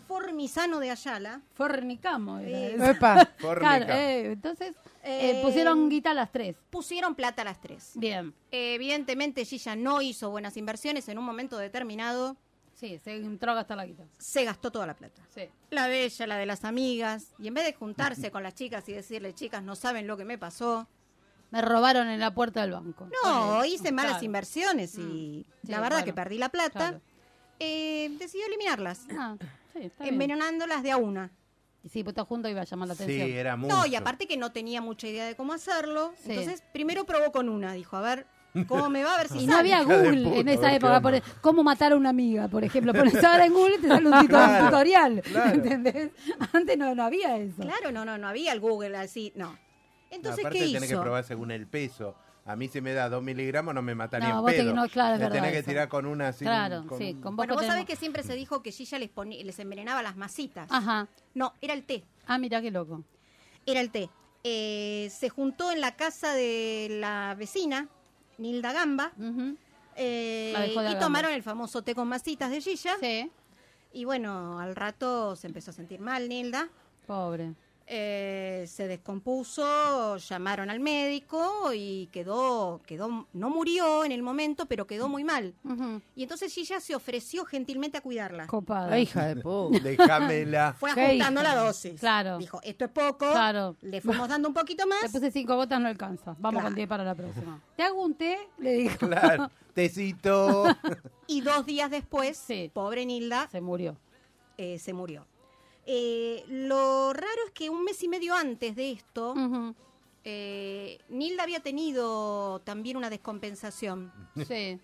Speaker 3: Formisano de Ayala.
Speaker 2: Fornicamos. era
Speaker 3: Eh,
Speaker 2: eso.
Speaker 4: Epa.
Speaker 5: Fórmica.
Speaker 2: Claro, eh, entonces eh,
Speaker 3: Eh,
Speaker 2: pusieron guita a las tres.
Speaker 3: Pusieron plata a las tres.
Speaker 2: Bien.
Speaker 3: Evidentemente Gilla no hizo buenas inversiones, en un momento determinado
Speaker 2: Sí, se entró a gastar la guita.
Speaker 3: se gastó toda la plata.
Speaker 2: Sí.
Speaker 3: La bella, la de las amigas, y en vez de juntarse con las chicas y decirle, chicas, no saben lo que me pasó,
Speaker 2: Me robaron en la puerta del banco.
Speaker 3: No,
Speaker 2: Ponele.
Speaker 3: hice malas
Speaker 2: Claro.
Speaker 3: inversiones
Speaker 2: Mm.
Speaker 3: y
Speaker 2: Sí,
Speaker 3: la verdad
Speaker 2: bueno,
Speaker 3: que perdí la plata.
Speaker 2: claro.
Speaker 3: Eh, decidió eliminarlas,
Speaker 2: Ah, sí, está bien.
Speaker 3: envenenándolas de a una.
Speaker 2: Y Sí, pues está junto iba a llamar la atención.
Speaker 5: Sí, era mucho.
Speaker 3: No, y aparte que no tenía mucha idea de cómo hacerlo.
Speaker 2: Sí.
Speaker 3: Entonces, primero probó con una, dijo, a ver, ¿cómo me va a ver si
Speaker 2: Y no había
Speaker 5: Hija de
Speaker 2: Google
Speaker 5: puta,
Speaker 2: en
Speaker 5: a ver
Speaker 2: esa
Speaker 5: qué
Speaker 2: época.
Speaker 5: onda.
Speaker 2: Por, ¿Cómo matar a una amiga, por ejemplo? Pones ahora en Google y te sale un, tuto- un
Speaker 5: Claro,
Speaker 2: tutorial.
Speaker 5: claro.
Speaker 2: ¿Entendés? Antes no, no había eso.
Speaker 3: Claro, no, no, no había el Google así, no. Entonces,
Speaker 5: aparte
Speaker 3: ¿qué
Speaker 5: tenés que
Speaker 3: hizo?
Speaker 5: probar según el peso. A mí si me da 2 miligramos no me mata ni
Speaker 2: No,
Speaker 5: en
Speaker 2: vos te-
Speaker 5: pedo.
Speaker 2: no, claro, es
Speaker 5: Me
Speaker 2: verdad
Speaker 5: tenés que
Speaker 2: eso.
Speaker 5: tirar con una así.
Speaker 2: Claro, sí, con
Speaker 3: Bueno, vos
Speaker 2: Poco
Speaker 3: sabés
Speaker 2: tenemos.
Speaker 3: que siempre se dijo que Gilla les, poni- les envenenaba las masitas.
Speaker 2: Ajá.
Speaker 3: No, era el té.
Speaker 2: Ah, mira qué loco.
Speaker 3: Era el té. Eh, se juntó en la casa de la vecina, Nilda Gamba,
Speaker 2: Ujú.
Speaker 3: Eh,
Speaker 2: La dejó de
Speaker 3: y
Speaker 2: hagamos.
Speaker 3: tomaron el famoso té con masitas de Gilla.
Speaker 2: Sí.
Speaker 3: Y bueno, al rato se empezó a sentir mal Nilda.
Speaker 2: Pobre.
Speaker 3: Eh, se descompuso, llamaron al médico y quedó, quedó, no murió en el momento, pero quedó muy mal.
Speaker 2: Ujú.
Speaker 3: Y entonces Gilla se ofreció gentilmente a cuidarla.
Speaker 2: Copada.
Speaker 4: Ay, hija de puta.
Speaker 5: Dejámela.
Speaker 3: Fue
Speaker 4: Qué
Speaker 3: ajustando
Speaker 4: hija.
Speaker 3: la dosis.
Speaker 2: Claro.
Speaker 3: Dijo, esto es poco,
Speaker 2: Claro.
Speaker 3: le fuimos dando un poquito
Speaker 2: Le
Speaker 3: más.
Speaker 2: puse cinco gotas, no alcanza. Vamos
Speaker 3: Claro.
Speaker 2: con diez para la próxima. ¿Te hago un té? Le dijo.
Speaker 5: Claro. Tecito.
Speaker 3: Y dos días después,
Speaker 2: Sí.
Speaker 3: pobre Nilda,
Speaker 2: Se murió.
Speaker 3: eh, se murió. Eh, lo raro es que un mes y medio antes de esto,
Speaker 2: Ujú.
Speaker 3: eh, Nilda había tenido también una descompensación,
Speaker 2: Mm. Sí.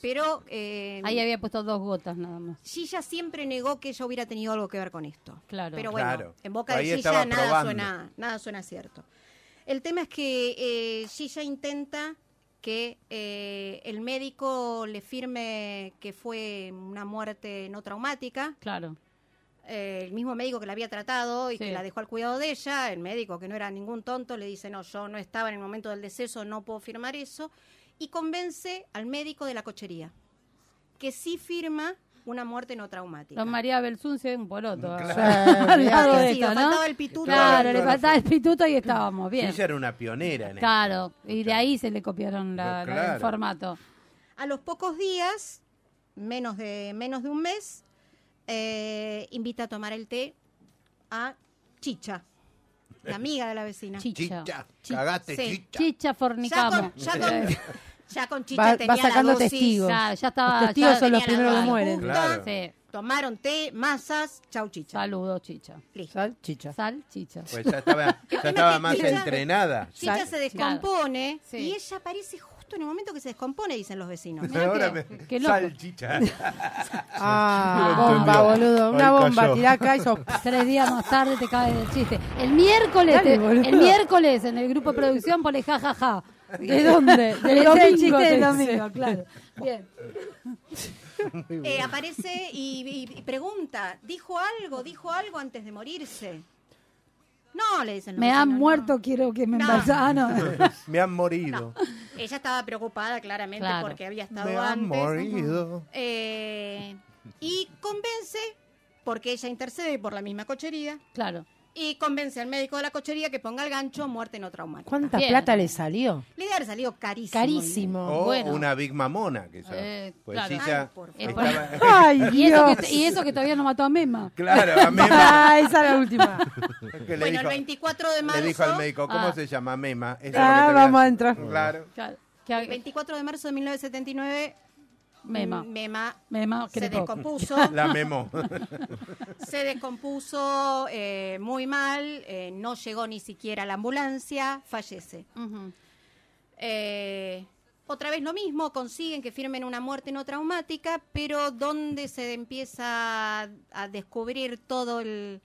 Speaker 3: pero eh,
Speaker 2: Ahí había puesto dos gotas nada más.
Speaker 3: Gilla siempre negó que ella hubiera tenido algo que ver con esto.
Speaker 2: Claro.
Speaker 3: Pero bueno,
Speaker 5: Claro.
Speaker 3: en boca de
Speaker 5: Ahí
Speaker 3: Gilla
Speaker 5: estaba
Speaker 3: nada
Speaker 5: probando.
Speaker 3: suena, nada suena cierto. El tema es que eh, Gilla intenta que eh, el médico le firme que fue una muerte no traumática,
Speaker 2: Claro.
Speaker 3: eh, el mismo médico que la había tratado y
Speaker 2: Sí.
Speaker 3: que la dejó al cuidado de ella, el médico que no era ningún tonto, le dice, no, yo no estaba en el momento del deceso, no puedo firmar eso, y convence al médico de la cochería, que sí firma una muerte no traumática.
Speaker 2: Don María Belsunce, un poroto.
Speaker 4: Claro.
Speaker 2: Al lado de
Speaker 3: Sí,
Speaker 2: esto,
Speaker 3: le
Speaker 2: ¿no?
Speaker 3: faltaba el pituto.
Speaker 2: Claro, le
Speaker 5: Claro,
Speaker 2: faltaba el pituto y estábamos. Bien.
Speaker 5: Ella era una pionera en
Speaker 2: Claro, y de ahí se le copiaron la-
Speaker 5: No,
Speaker 2: la- el
Speaker 5: claro.
Speaker 2: formato.
Speaker 3: A los pocos días, menos de, menos de un mes, eh, invita a tomar el té a Chicha, la amiga de la vecina.
Speaker 5: esto.
Speaker 2: Chicha.
Speaker 5: Chicha.
Speaker 2: Chi-
Speaker 5: Cagate,
Speaker 3: sí.
Speaker 5: chicha.
Speaker 2: Chicha
Speaker 3: Ya
Speaker 2: fornicamos.
Speaker 3: con, ya con- ya con Chicha
Speaker 4: Va- va
Speaker 3: tenía
Speaker 4: sacando
Speaker 3: la dosis.
Speaker 4: testigos.
Speaker 2: Claro, ya estaba.
Speaker 4: Los testigos
Speaker 2: ya
Speaker 4: son
Speaker 2: tenía
Speaker 4: los
Speaker 2: la
Speaker 4: primeros que
Speaker 2: dosis.
Speaker 4: mueren.
Speaker 5: Claro.
Speaker 2: Sí.
Speaker 3: Tomaron té, masas, chau chicha.
Speaker 2: Saludos, chicha.
Speaker 3: Listo.
Speaker 4: Sal, chicha.
Speaker 2: Sal, chicha.
Speaker 5: Pues ya estaba, ya estaba más
Speaker 3: Chicha.
Speaker 5: entrenada.
Speaker 3: Chicha
Speaker 4: Sal.
Speaker 3: se descompone
Speaker 2: Sí.
Speaker 3: y ella aparece justo en el momento que se descompone, dicen los vecinos.
Speaker 2: Mirá
Speaker 5: Ahora
Speaker 2: que-
Speaker 5: me...
Speaker 2: qué loco.
Speaker 5: Salchicha.
Speaker 4: Ah,
Speaker 2: No entendió.
Speaker 4: bomba, boludo. Una
Speaker 6: Ahí
Speaker 4: bomba.
Speaker 6: cayó.
Speaker 4: Tirá acá y sos-
Speaker 2: Tres días más tarde te cae del chiste. El miércoles,
Speaker 4: Dale,
Speaker 2: te-
Speaker 4: boludo.
Speaker 2: el miércoles en el grupo de producción pone jajaja. Ja, ja.
Speaker 4: ¿De dónde? Del
Speaker 2: Ese es el chiste
Speaker 4: domingo.
Speaker 2: del
Speaker 4: te
Speaker 2: domingo,
Speaker 4: dice.
Speaker 2: claro. Bien.
Speaker 3: Eh, aparece y, y- y pregunta, ¿dijo algo? ¿Dijo algo antes de morirse? No, le dicen los
Speaker 2: Me han
Speaker 3: vecinos, no.
Speaker 2: muerto, quiero que me
Speaker 3: No.
Speaker 2: embarace. Ah, no.
Speaker 5: Me han morido.
Speaker 3: Ella estaba preocupada claramente
Speaker 2: Claro.
Speaker 3: porque había estado
Speaker 5: Me han
Speaker 3: antes.
Speaker 5: morido.
Speaker 3: Eh, y convence, porque ella intercede por la misma cochería,
Speaker 2: Claro.
Speaker 3: y convence al médico de la cochería que ponga el gancho muerte no traumática.
Speaker 4: ¿Cuánta
Speaker 2: Bien.
Speaker 4: plata le salió?
Speaker 3: Le debe haber salido carísimo.
Speaker 4: Carísimo.
Speaker 5: O
Speaker 2: Bueno.
Speaker 5: una Big Mamona, quizás.
Speaker 2: Eh,
Speaker 5: pues
Speaker 2: claro.
Speaker 5: Chicha
Speaker 3: Ay, por favor.
Speaker 5: estaba...
Speaker 4: Ay,
Speaker 2: Y eso, que,
Speaker 4: Dios.
Speaker 2: y eso que todavía no mató a Mema.
Speaker 5: Claro, a Mema.
Speaker 4: Ah, esa es la última.
Speaker 5: que le
Speaker 3: Bueno, el
Speaker 5: dijo-
Speaker 3: 24 de marzo.
Speaker 5: Le dijo al médico, ¿cómo
Speaker 2: Ah.
Speaker 5: se llama Mema? Eso es lo
Speaker 4: Ah,
Speaker 5: que te voy
Speaker 4: vamos a entrar.
Speaker 5: Claro.
Speaker 2: Claro.
Speaker 3: El
Speaker 2: Que,
Speaker 3: 24 de marzo de 1979,
Speaker 2: Mema.
Speaker 3: Mema
Speaker 2: Mema,
Speaker 3: se
Speaker 2: crepó.
Speaker 3: descompuso,
Speaker 5: La memó.
Speaker 3: se descompuso eh, muy mal, eh, no llegó ni siquiera la ambulancia, fallece.
Speaker 2: Ujú.
Speaker 3: Eh, Otra vez lo mismo, consiguen que firmen una muerte no traumática, pero donde se empieza a, a descubrir todo el,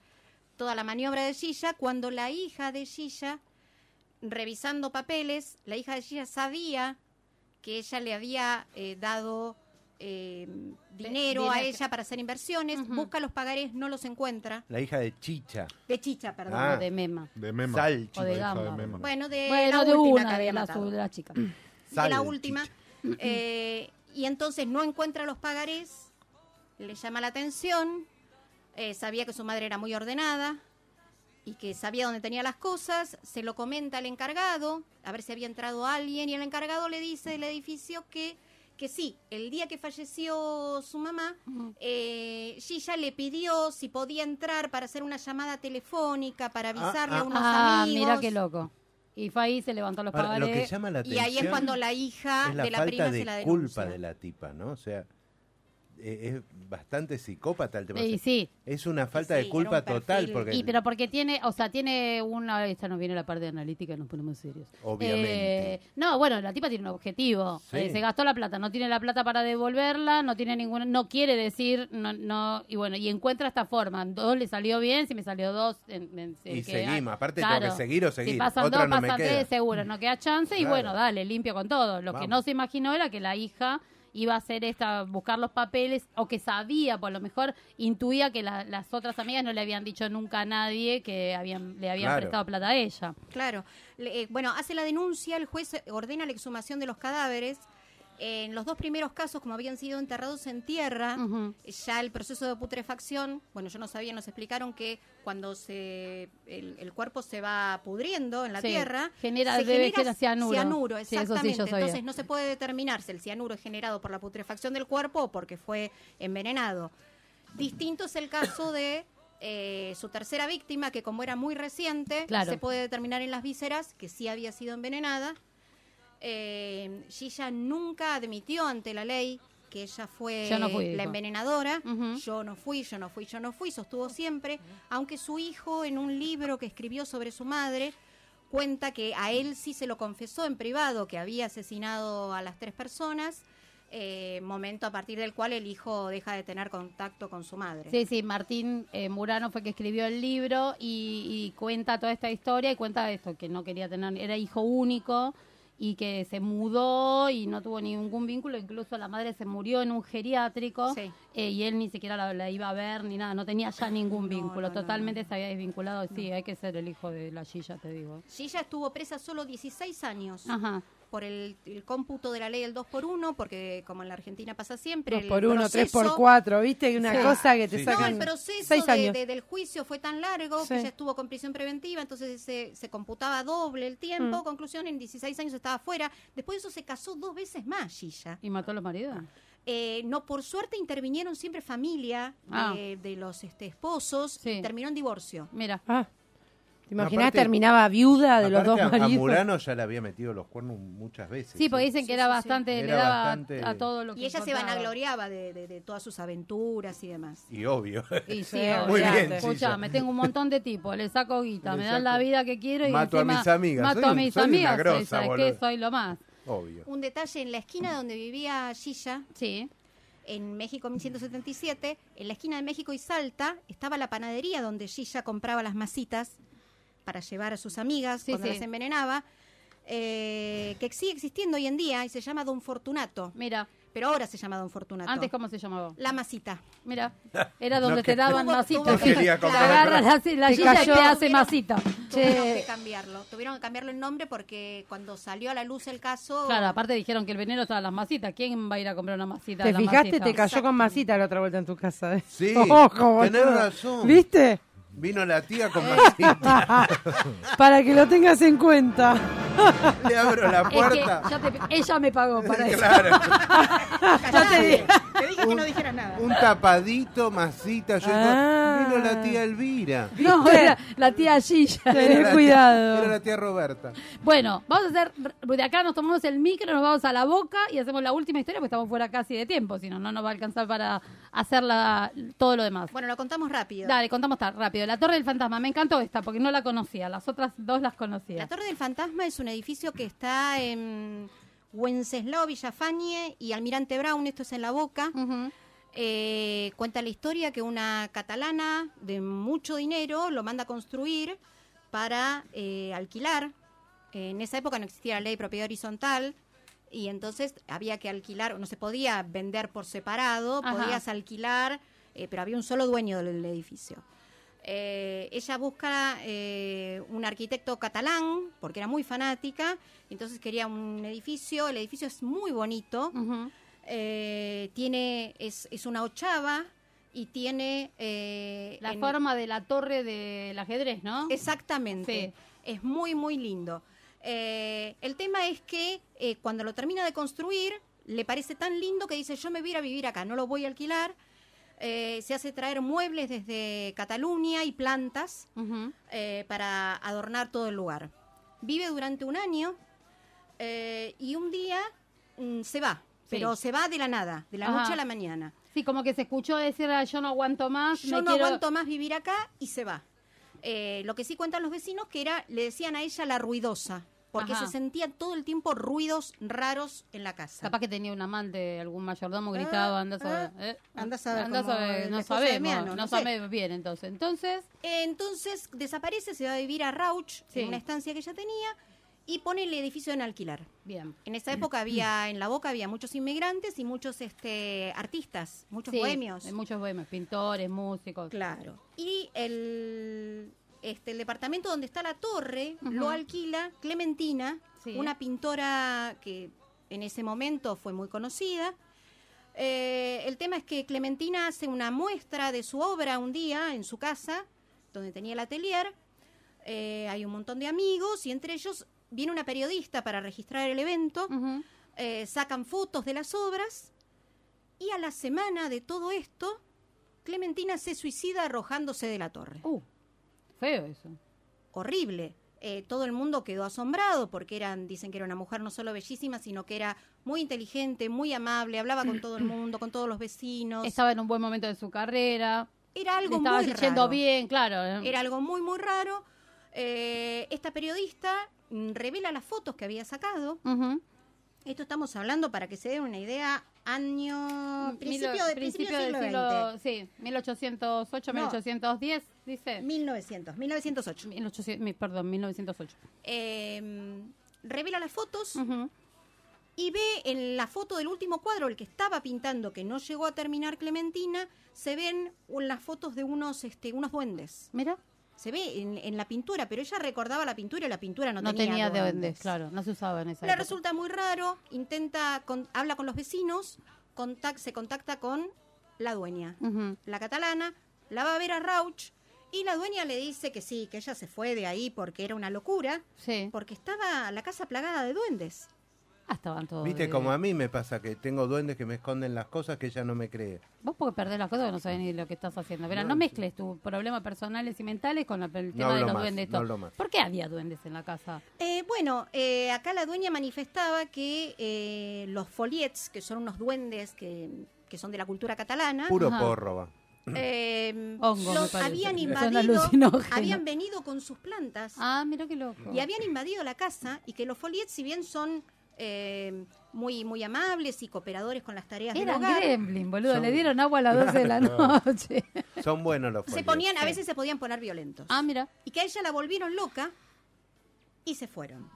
Speaker 3: toda la maniobra de Gilla, cuando la hija de Gilla, revisando papeles, la hija de Gilla sabía que ella le había eh, dado eh, dinero a
Speaker 2: dinero.
Speaker 3: ella para hacer inversiones,
Speaker 2: Ujú.
Speaker 3: busca los pagarés, no los encuentra.
Speaker 5: La hija de Chicha.
Speaker 3: De chicha, perdón.
Speaker 5: Ah.
Speaker 2: de Mema.
Speaker 6: De Mema.
Speaker 5: Salchi.
Speaker 2: O de
Speaker 6: La hija
Speaker 2: Gamba.
Speaker 6: Mema.
Speaker 3: Bueno, de
Speaker 2: Bueno,
Speaker 3: la
Speaker 2: de
Speaker 3: última que
Speaker 2: una, de
Speaker 3: había
Speaker 2: Eh, la,
Speaker 3: matado.
Speaker 2: de la chica.
Speaker 3: de
Speaker 5: Sale
Speaker 3: la
Speaker 5: el
Speaker 3: última. eh, y entonces no encuentra los pagarés, le llama la atención, eh, sabía que su madre era muy ordenada y que sabía dónde tenía las cosas, se lo comenta al encargado, a ver si había entrado alguien, y el encargado le dice del edificio que, que sí, el día que falleció su mamá, eh, Gilla le pidió si podía entrar para hacer una llamada telefónica, para avisarle
Speaker 5: ah.
Speaker 3: a unos
Speaker 2: Ah,
Speaker 3: amigos.
Speaker 2: mira qué loco. Y fue ahí, se levantó los
Speaker 5: Ahora, lo que
Speaker 2: pagares.
Speaker 5: llama la
Speaker 3: Y
Speaker 5: atención
Speaker 3: ahí es cuando la hija
Speaker 5: es la
Speaker 3: Ah, de la
Speaker 5: falta
Speaker 3: prima
Speaker 5: de
Speaker 3: se la denuncia.
Speaker 5: culpa de la tipa, ¿no? O sea, eh, es bastante psicópata el tema.
Speaker 2: Y sí,
Speaker 5: Es una
Speaker 3: Sí,
Speaker 5: falta de
Speaker 3: era
Speaker 5: culpa
Speaker 3: un perfil.
Speaker 5: total. Porque
Speaker 2: y pero porque tiene, o sea, tiene una, esta nos viene la parte de analítica, nos ponemos serios.
Speaker 5: Obviamente.
Speaker 2: Eh, no, bueno, la tipa tiene un objetivo.
Speaker 5: Sí.
Speaker 2: Eh, se gastó la plata, no tiene la plata para devolverla, no tiene ninguna, no quiere decir, no, no, y bueno, y encuentra esta forma. Dos le salió bien, si me salió dos, en- en-
Speaker 5: Y
Speaker 2: que-
Speaker 5: seguimos, aparte tengo que
Speaker 2: claro.
Speaker 5: seguir o
Speaker 2: Si
Speaker 5: seguir.
Speaker 2: pasan
Speaker 5: Otra
Speaker 2: dos,
Speaker 5: no me
Speaker 2: pasan
Speaker 5: queda.
Speaker 2: tres, seguro, no queda chance. Y
Speaker 5: Claro.
Speaker 2: bueno, dale, limpio con todo. Lo que
Speaker 5: Vamos.
Speaker 2: no se imaginó era que la hija iba a hacer esta, buscar los papeles, o que sabía, por lo mejor intuía que la- las otras amigas no le habían dicho nunca a nadie que habían, le habían
Speaker 5: Claro.
Speaker 2: prestado plata a ella.
Speaker 3: Claro. Le- eh, bueno, hace la denuncia, el juez ordena la exhumación de los cadáveres. En los dos primeros casos, como habían sido enterrados en tierra,
Speaker 2: Ujú.
Speaker 3: ya el proceso de putrefacción, bueno, yo no sabía, nos explicaron que cuando se el, el cuerpo se va pudriendo en la
Speaker 2: Sí,
Speaker 3: tierra,
Speaker 2: genera-
Speaker 3: se
Speaker 2: debe ser cianuro. Sí, eso sí, yo
Speaker 3: exactamente.
Speaker 2: sabía.
Speaker 3: Entonces no se puede determinar si el cianuro es generado por la putrefacción del cuerpo o porque fue envenenado. Distinto es el caso de eh, su tercera víctima, que como era muy reciente,
Speaker 2: Claro.
Speaker 3: se puede determinar en las vísceras que sí había sido envenenada. Eh, Gilla nunca admitió ante la ley que ella fue
Speaker 2: Yo no fui, dijo.
Speaker 3: la envenenadora.
Speaker 2: Ujú.
Speaker 3: Yo no fui, yo no fui, yo no fui, sostuvo siempre. Aunque su hijo, en un libro que escribió sobre su madre, cuenta que a él sí se lo confesó en privado, que había asesinado a las tres personas. eh, momento a partir del cual el hijo deja de tener contacto con su madre.
Speaker 2: Sí, sí, Martín eh, Murano fue que escribió el libro y, y cuenta toda esta historia y cuenta esto, que no quería tener, era hijo único y que se mudó y no tuvo ningún vínculo, incluso la madre se murió en un geriátrico
Speaker 3: Sí.
Speaker 2: eh, y él ni siquiera la, la iba a ver ni nada, no tenía ya ningún
Speaker 3: No, no,
Speaker 2: vínculo,
Speaker 3: no,
Speaker 2: totalmente
Speaker 3: no.
Speaker 2: se había desvinculado, sí, hay que ser el hijo de la Gilla, te digo.
Speaker 3: Gilla estuvo presa solo 16 años.
Speaker 4: Ah.
Speaker 2: Ajá,
Speaker 3: por el, el cómputo de la ley del 2 por 1 porque como en la Argentina pasa siempre...
Speaker 4: Dos
Speaker 3: el
Speaker 4: por uno, tres por
Speaker 3: proceso-
Speaker 4: cuatro, ¿viste? Y Una
Speaker 3: Sí.
Speaker 4: cosa que te
Speaker 5: Sí.
Speaker 3: No,
Speaker 4: sacan
Speaker 3: el proceso
Speaker 4: seis
Speaker 3: de-
Speaker 4: años.
Speaker 3: de- del juicio fue tan largo que
Speaker 4: Sí.
Speaker 3: ella estuvo con prisión preventiva, entonces se, se computaba doble el tiempo.
Speaker 4: Mm.
Speaker 3: Conclusión, en 16 años estaba fuera. Después de eso se casó dos veces más, Gilla.
Speaker 2: y mató a los maridos.
Speaker 3: Eh, no, por suerte intervinieron siempre familia de,
Speaker 2: Ah.
Speaker 3: de los este, esposos
Speaker 2: Sí.
Speaker 3: y terminó en divorcio.
Speaker 2: Mira,
Speaker 4: Ah, ¿Te imaginás?
Speaker 5: Aparte-
Speaker 4: terminaba viuda de los dos
Speaker 5: Aparte, a- A
Speaker 4: maridos.
Speaker 5: Murano ya le había metido los cuernos muchas veces.
Speaker 2: sí, porque dicen que
Speaker 3: Sí,
Speaker 2: era
Speaker 3: sí, sí.
Speaker 2: bastante, le
Speaker 5: Era
Speaker 2: daba
Speaker 5: bastante-
Speaker 2: a, a todo lo que
Speaker 3: Y ella se
Speaker 2: encontraba.
Speaker 3: vanagloriaba de, de, de todas sus aventuras y demás.
Speaker 5: Y obvio.
Speaker 2: Y sí,
Speaker 4: Sí,
Speaker 5: muy
Speaker 2: obviamente.
Speaker 5: bien, Gilla.
Speaker 2: Escuchame, tengo un montón de tipos, le saco guita,
Speaker 5: Le
Speaker 2: me dan la
Speaker 5: saco.
Speaker 2: vida que quiero y
Speaker 5: Mato a
Speaker 2: encima
Speaker 5: mis amigas,
Speaker 2: mato
Speaker 5: soy
Speaker 2: a
Speaker 5: un-
Speaker 2: mis
Speaker 5: soy una
Speaker 2: amigas,
Speaker 5: grosa,
Speaker 2: sí, ¿sabes
Speaker 5: boludo.
Speaker 2: qué? soy lo más.
Speaker 5: obvio.
Speaker 3: Un detalle, en la esquina donde vivía Gilla,
Speaker 2: Sí.
Speaker 3: en México 1177, en la esquina de México y Salta, estaba la panadería donde Gilla compraba las masitas para llevar a sus amigas
Speaker 2: Sí,
Speaker 3: cuando
Speaker 2: sí.
Speaker 3: las envenenaba, eh, que sigue existiendo hoy en día y se llama Don Fortunato.
Speaker 2: Mira,
Speaker 3: Pero ahora se llama Don Fortunato.
Speaker 2: antes cómo se llamaba.
Speaker 3: La masita.
Speaker 2: Mira, era donde
Speaker 5: No
Speaker 2: te
Speaker 5: que-
Speaker 2: daban
Speaker 3: Tuvo-
Speaker 2: masitas.
Speaker 3: tuvo que-
Speaker 5: quería
Speaker 2: Te
Speaker 5: comprar
Speaker 2: agarra la, la
Speaker 4: Te
Speaker 2: silla y te
Speaker 4: cayó.
Speaker 2: hace masita.
Speaker 3: Tuvieron
Speaker 4: Che.
Speaker 3: que cambiarlo. Tuvieron que cambiarle el nombre porque cuando salió a la luz el caso...
Speaker 2: Claro, aparte dijeron que el veneno estaba en las masitas. ¿Quién va a ir a comprar una masita? de
Speaker 4: ¿Te
Speaker 2: las
Speaker 4: fijaste?
Speaker 2: masitas?
Speaker 4: Te cayó con
Speaker 3: Exactamente.
Speaker 4: masita la otra vuelta en tu casa. ¿eh?
Speaker 5: Sí,
Speaker 4: Ojo,
Speaker 5: tenés
Speaker 4: boludo.
Speaker 5: razón.
Speaker 4: ¿Viste?
Speaker 5: Vino la tía con masita.
Speaker 4: Para que lo tengas en cuenta.
Speaker 5: Le abro la
Speaker 2: Es que
Speaker 5: puerta.
Speaker 2: ya te- ella me pagó para eso.
Speaker 5: Claro.
Speaker 3: Callate. Te dije que no dijeras nada.
Speaker 5: Un tapadito, masita. Yo
Speaker 4: Ah.
Speaker 5: Vino la tía Elvira.
Speaker 2: No, era la tía Gilla.
Speaker 5: Era la
Speaker 4: Tenés
Speaker 5: tía- Era
Speaker 4: cuidado.
Speaker 5: la tía Roberta.
Speaker 2: Bueno, vamos a hacer, de acá nos tomamos el micro, nos vamos a la boca y hacemos la última historia porque estamos fuera casi de tiempo, si no, no nos va a alcanzar para hacer la- todo lo demás.
Speaker 3: Bueno, lo contamos rápido.
Speaker 2: Dale, contamos tan rápido. La Torre del Fantasma, me encantó esta porque no la conocía, las otras dos las conocía.
Speaker 3: La Torre del Fantasma es un edificio que está en Wenceslao Villafañe y Almirante Brown, esto es en La Boca.
Speaker 2: Ujú.
Speaker 3: Eh, cuenta la historia que una catalana de mucho dinero lo manda a construir para eh, alquilar. En esa época no existía la ley de propiedad horizontal y entonces había que alquilar, no se podía vender por separado,
Speaker 2: Ajá.
Speaker 3: podías alquilar, eh, pero había un solo dueño del edificio. Eh, ella busca eh, un arquitecto catalán porque era muy fanática, entonces quería un edificio, el edificio es muy bonito,
Speaker 2: Ujú.
Speaker 3: eh, tiene es, es una ochava y tiene eh,
Speaker 2: La
Speaker 3: en-
Speaker 2: forma de la torre del ajedrez, ¿no?
Speaker 3: exactamente es muy muy lindo Eh, el tema es que eh, cuando lo termina de construir le parece tan lindo que dice yo me voy a ir a vivir acá no lo voy a alquilar Eh, se hace traer muebles desde Cataluña y plantas
Speaker 2: Ujú.
Speaker 3: eh, para adornar todo el lugar. Vive durante un año eh, y un día mm, se va, pero se va de la nada, de la
Speaker 2: Ajá.
Speaker 3: noche a la mañana.
Speaker 2: Sí, como que se escuchó decir, "Ah, yo no aguanto más.
Speaker 3: Yo
Speaker 2: me
Speaker 3: no
Speaker 2: quiero-".
Speaker 3: aguanto más vivir acá y se va. Eh, lo que sí cuentan los vecinos que era, le decían a ella la ruidosa, porque
Speaker 2: Ajá.
Speaker 3: se sentían todo el tiempo ruidos raros en la casa.
Speaker 2: Capaz que tenía un amante, algún mayordomo gritaba, andás a ver. ¿eh?
Speaker 3: Andá Ah, a saber
Speaker 2: Andá a
Speaker 3: cómo-
Speaker 2: saber,
Speaker 3: las
Speaker 2: no
Speaker 3: cosas de
Speaker 2: sabemos,
Speaker 3: Miano,
Speaker 2: no,
Speaker 3: no sé.
Speaker 2: sabemos bien entonces. Entonces,
Speaker 3: Entonces desaparece, se va a vivir a Rauch,
Speaker 2: Sí.
Speaker 3: en una estancia que ella tenía, y pone el edificio en alquilar.
Speaker 2: bien.
Speaker 3: En esa época había en La Boca había muchos inmigrantes y muchos este artistas, muchos
Speaker 2: Sí,
Speaker 3: bohemios.
Speaker 2: hay Muchos bohemios, pintores, músicos.
Speaker 3: Claro. Y el este el departamento donde está la torre
Speaker 2: Ujú.
Speaker 3: lo alquila Clementina,
Speaker 2: Sí.
Speaker 3: una pintora que en ese momento fue muy conocida. Eh, el tema es que Clementina hace una muestra de su obra un día en su casa, donde tenía el atelier. Eh, hay un montón de amigos y entre ellos viene una periodista para registrar el evento
Speaker 2: Ujú.
Speaker 3: eh, sacan fotos de las obras y a la semana de todo esto, Clementina se suicida arrojándose de la torre.
Speaker 2: Uh, feo eso.
Speaker 3: Horrible. Eh, todo el mundo quedó asombrado porque eran, dicen que era una mujer no solo bellísima, sino que era muy inteligente, muy amable, hablaba con todo el mundo, con todos los vecinos.
Speaker 2: Estaba en un buen momento de su carrera.
Speaker 3: Era
Speaker 2: le
Speaker 3: algo
Speaker 2: estaba
Speaker 3: muy
Speaker 2: yendo
Speaker 3: raro.
Speaker 2: bien, claro.
Speaker 3: Era algo muy, muy raro. Eh, esta periodista mm, revela las fotos que había sacado.
Speaker 2: Ujú.
Speaker 3: Esto estamos hablando para que se den una idea, año... Principio,
Speaker 2: Milo-
Speaker 3: de,
Speaker 2: Mm,
Speaker 3: Mm, principio
Speaker 2: principio
Speaker 3: del
Speaker 2: del
Speaker 3: siglo XX.
Speaker 2: siglo- Sí, 1808,
Speaker 3: No.
Speaker 2: 1810, dice.
Speaker 3: 1900, 1908.
Speaker 2: 1800, mi- perdón, 1908.
Speaker 3: Eh, revela las fotos
Speaker 2: Ujú.
Speaker 3: y ve en la foto del último cuadro, el que estaba pintando, que no llegó a terminar Clementina, se ven un- las fotos de unos, este, unos duendes.
Speaker 2: Mira,
Speaker 3: Se ve en, en la pintura, pero ella recordaba la pintura y la pintura no,
Speaker 2: no, tenía, de
Speaker 3: duendes.
Speaker 2: duendes, claro, no se usaba en esa
Speaker 3: Le
Speaker 2: época.
Speaker 3: resulta muy raro, intenta, con- habla con los vecinos, contac- se contacta con la dueña.
Speaker 2: Ujú.
Speaker 3: la catalana, la va a ver a Rauch y la dueña le dice que sí, que ella se fue de ahí porque era una locura,
Speaker 2: Sí.
Speaker 3: porque estaba la casa plagada de duendes.
Speaker 2: Ah, estaban todos.
Speaker 5: Viste,
Speaker 2: de-
Speaker 5: como a mí me pasa que tengo duendes que me esconden las cosas que ella no me cree.
Speaker 2: Vos porque perdés las cosas que no sabés ni lo que estás haciendo. Pero no, mezcles tus problemas personales y mentales con la- el tema de
Speaker 5: hablo
Speaker 2: los
Speaker 5: más,
Speaker 2: duendes.
Speaker 5: no
Speaker 2: todo.
Speaker 5: hablo más.
Speaker 2: ¿Por qué había duendes en la casa?
Speaker 3: Eh, bueno, eh, acá la dueña manifestaba que eh, los foliets, que son unos duendes que, que son de la cultura catalana,
Speaker 5: Puro
Speaker 2: Ajá.
Speaker 5: porro va.
Speaker 3: eh,
Speaker 2: Hongo, me
Speaker 3: los
Speaker 2: parece.
Speaker 3: habían
Speaker 2: Son
Speaker 3: invadido,
Speaker 2: alucinógenos.
Speaker 3: habían venido con sus plantas
Speaker 2: Ah, mira qué loco.
Speaker 3: y habían invadido la casa y que los foliets, si bien son eh, muy, muy amables y cooperadores con las tareas del
Speaker 2: Eran
Speaker 3: hogar,
Speaker 2: gremlin, boludo.
Speaker 5: Son-
Speaker 2: Le dieron agua a las 12 de la noche.
Speaker 5: Son buenos los
Speaker 3: se
Speaker 5: folios.
Speaker 3: ponían, a veces se podían poner violentos.
Speaker 2: ah, mira.
Speaker 3: Y que a ella la volvieron loca y se fueron.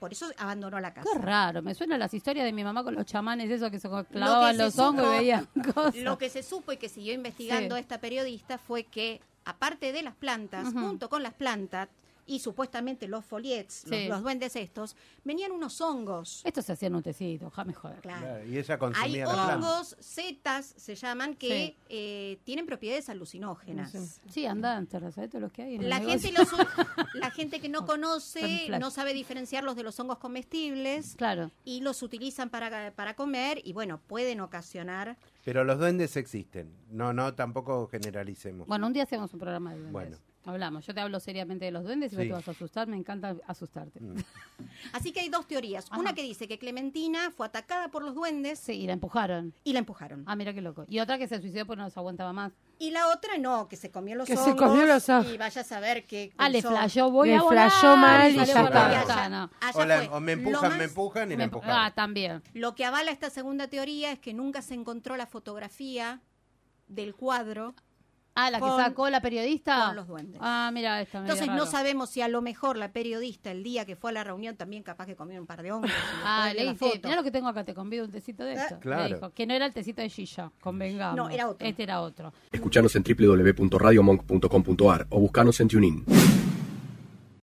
Speaker 3: Por eso abandonó la casa.
Speaker 2: Qué raro. Me suena las historias de mi mamá con los chamanes, esos que se
Speaker 3: Lo que
Speaker 2: clavaban
Speaker 3: se
Speaker 2: los hongos
Speaker 3: supo-
Speaker 2: y veían cosas.
Speaker 3: Lo que se supo y que siguió investigando
Speaker 2: Sí.
Speaker 3: esta periodista fue que, aparte de las plantas,
Speaker 2: Ujú.
Speaker 3: junto con las plantas y supuestamente los foliets, los,
Speaker 2: Sí.
Speaker 3: los duendes estos, venían unos hongos.
Speaker 2: Estos se hacían un tecito, jame joder.
Speaker 3: Claro.
Speaker 5: Claro, Y ella
Speaker 3: Hay
Speaker 5: consumía la planta.
Speaker 3: hongos, setas se llaman, que eh, tienen propiedades alucinógenas.
Speaker 2: Sí, andan, te sabés todos los que hay. en el
Speaker 3: La
Speaker 2: negocio?
Speaker 3: gente, los, la gente que no
Speaker 2: Son
Speaker 3: conoce
Speaker 2: flash.
Speaker 3: no sabe diferenciarlos de los hongos comestibles.
Speaker 2: Claro.
Speaker 3: y los utilizan para, para comer y bueno, pueden ocasionar.
Speaker 5: Pero los duendes existen. No, no, tampoco generalicemos.
Speaker 2: Bueno, un día hacemos un programa de duendes.
Speaker 5: Bueno.
Speaker 2: Hablamos. Yo te hablo seriamente de los duendes y vos
Speaker 5: Sí. Mm.
Speaker 2: te vas a asustar. Me encanta asustarte.
Speaker 3: Así que hay dos teorías. Una
Speaker 2: Ajá.
Speaker 3: que dice que Clementina fue atacada por los duendes
Speaker 2: Sí, y la empujaron.
Speaker 3: y la empujaron.
Speaker 2: Ah, mira qué loco. Y otra que se suicidó porque no se aguantaba más.
Speaker 3: Y la otra no, que se comió los
Speaker 4: Que se
Speaker 3: hongos.
Speaker 4: comió los hongos.
Speaker 3: Y vaya a saber qué.
Speaker 2: Ah, le
Speaker 3: pensó.
Speaker 2: flayó, voy
Speaker 4: Le
Speaker 2: a volar.
Speaker 4: flayó mal y
Speaker 2: salió
Speaker 4: ya
Speaker 2: por la
Speaker 4: está.
Speaker 2: ventana.
Speaker 3: Allá
Speaker 5: O, la-
Speaker 3: fue.
Speaker 5: o me
Speaker 3: Lo
Speaker 5: empujan,
Speaker 3: más-
Speaker 5: me empujan y la
Speaker 2: Me-
Speaker 5: empujan.
Speaker 2: Ah, también.
Speaker 3: Lo que avala esta segunda teoría es que nunca se encontró la fotografía del cuadro.
Speaker 2: Ah, la
Speaker 3: Con-
Speaker 2: que sacó la periodista.
Speaker 3: con los duendes.
Speaker 2: Ah, mira, esta. medio
Speaker 3: Entonces no
Speaker 2: raro.
Speaker 3: sabemos si a lo mejor la periodista el día que fue a la reunión también capaz que comió un par de hongos. y después
Speaker 2: Ah,
Speaker 3: vio
Speaker 2: le
Speaker 3: la
Speaker 2: dice,
Speaker 3: foto.
Speaker 2: mira lo que tengo acá, te convido un tecito de esto. Le
Speaker 5: Claro.
Speaker 2: dijo, que no era el tecito de Gilla, convengamos.
Speaker 3: No, era otro.
Speaker 2: Este era otro.
Speaker 1: Escuchanos en www.radiomonk.com.ar o buscanos en TuneIn.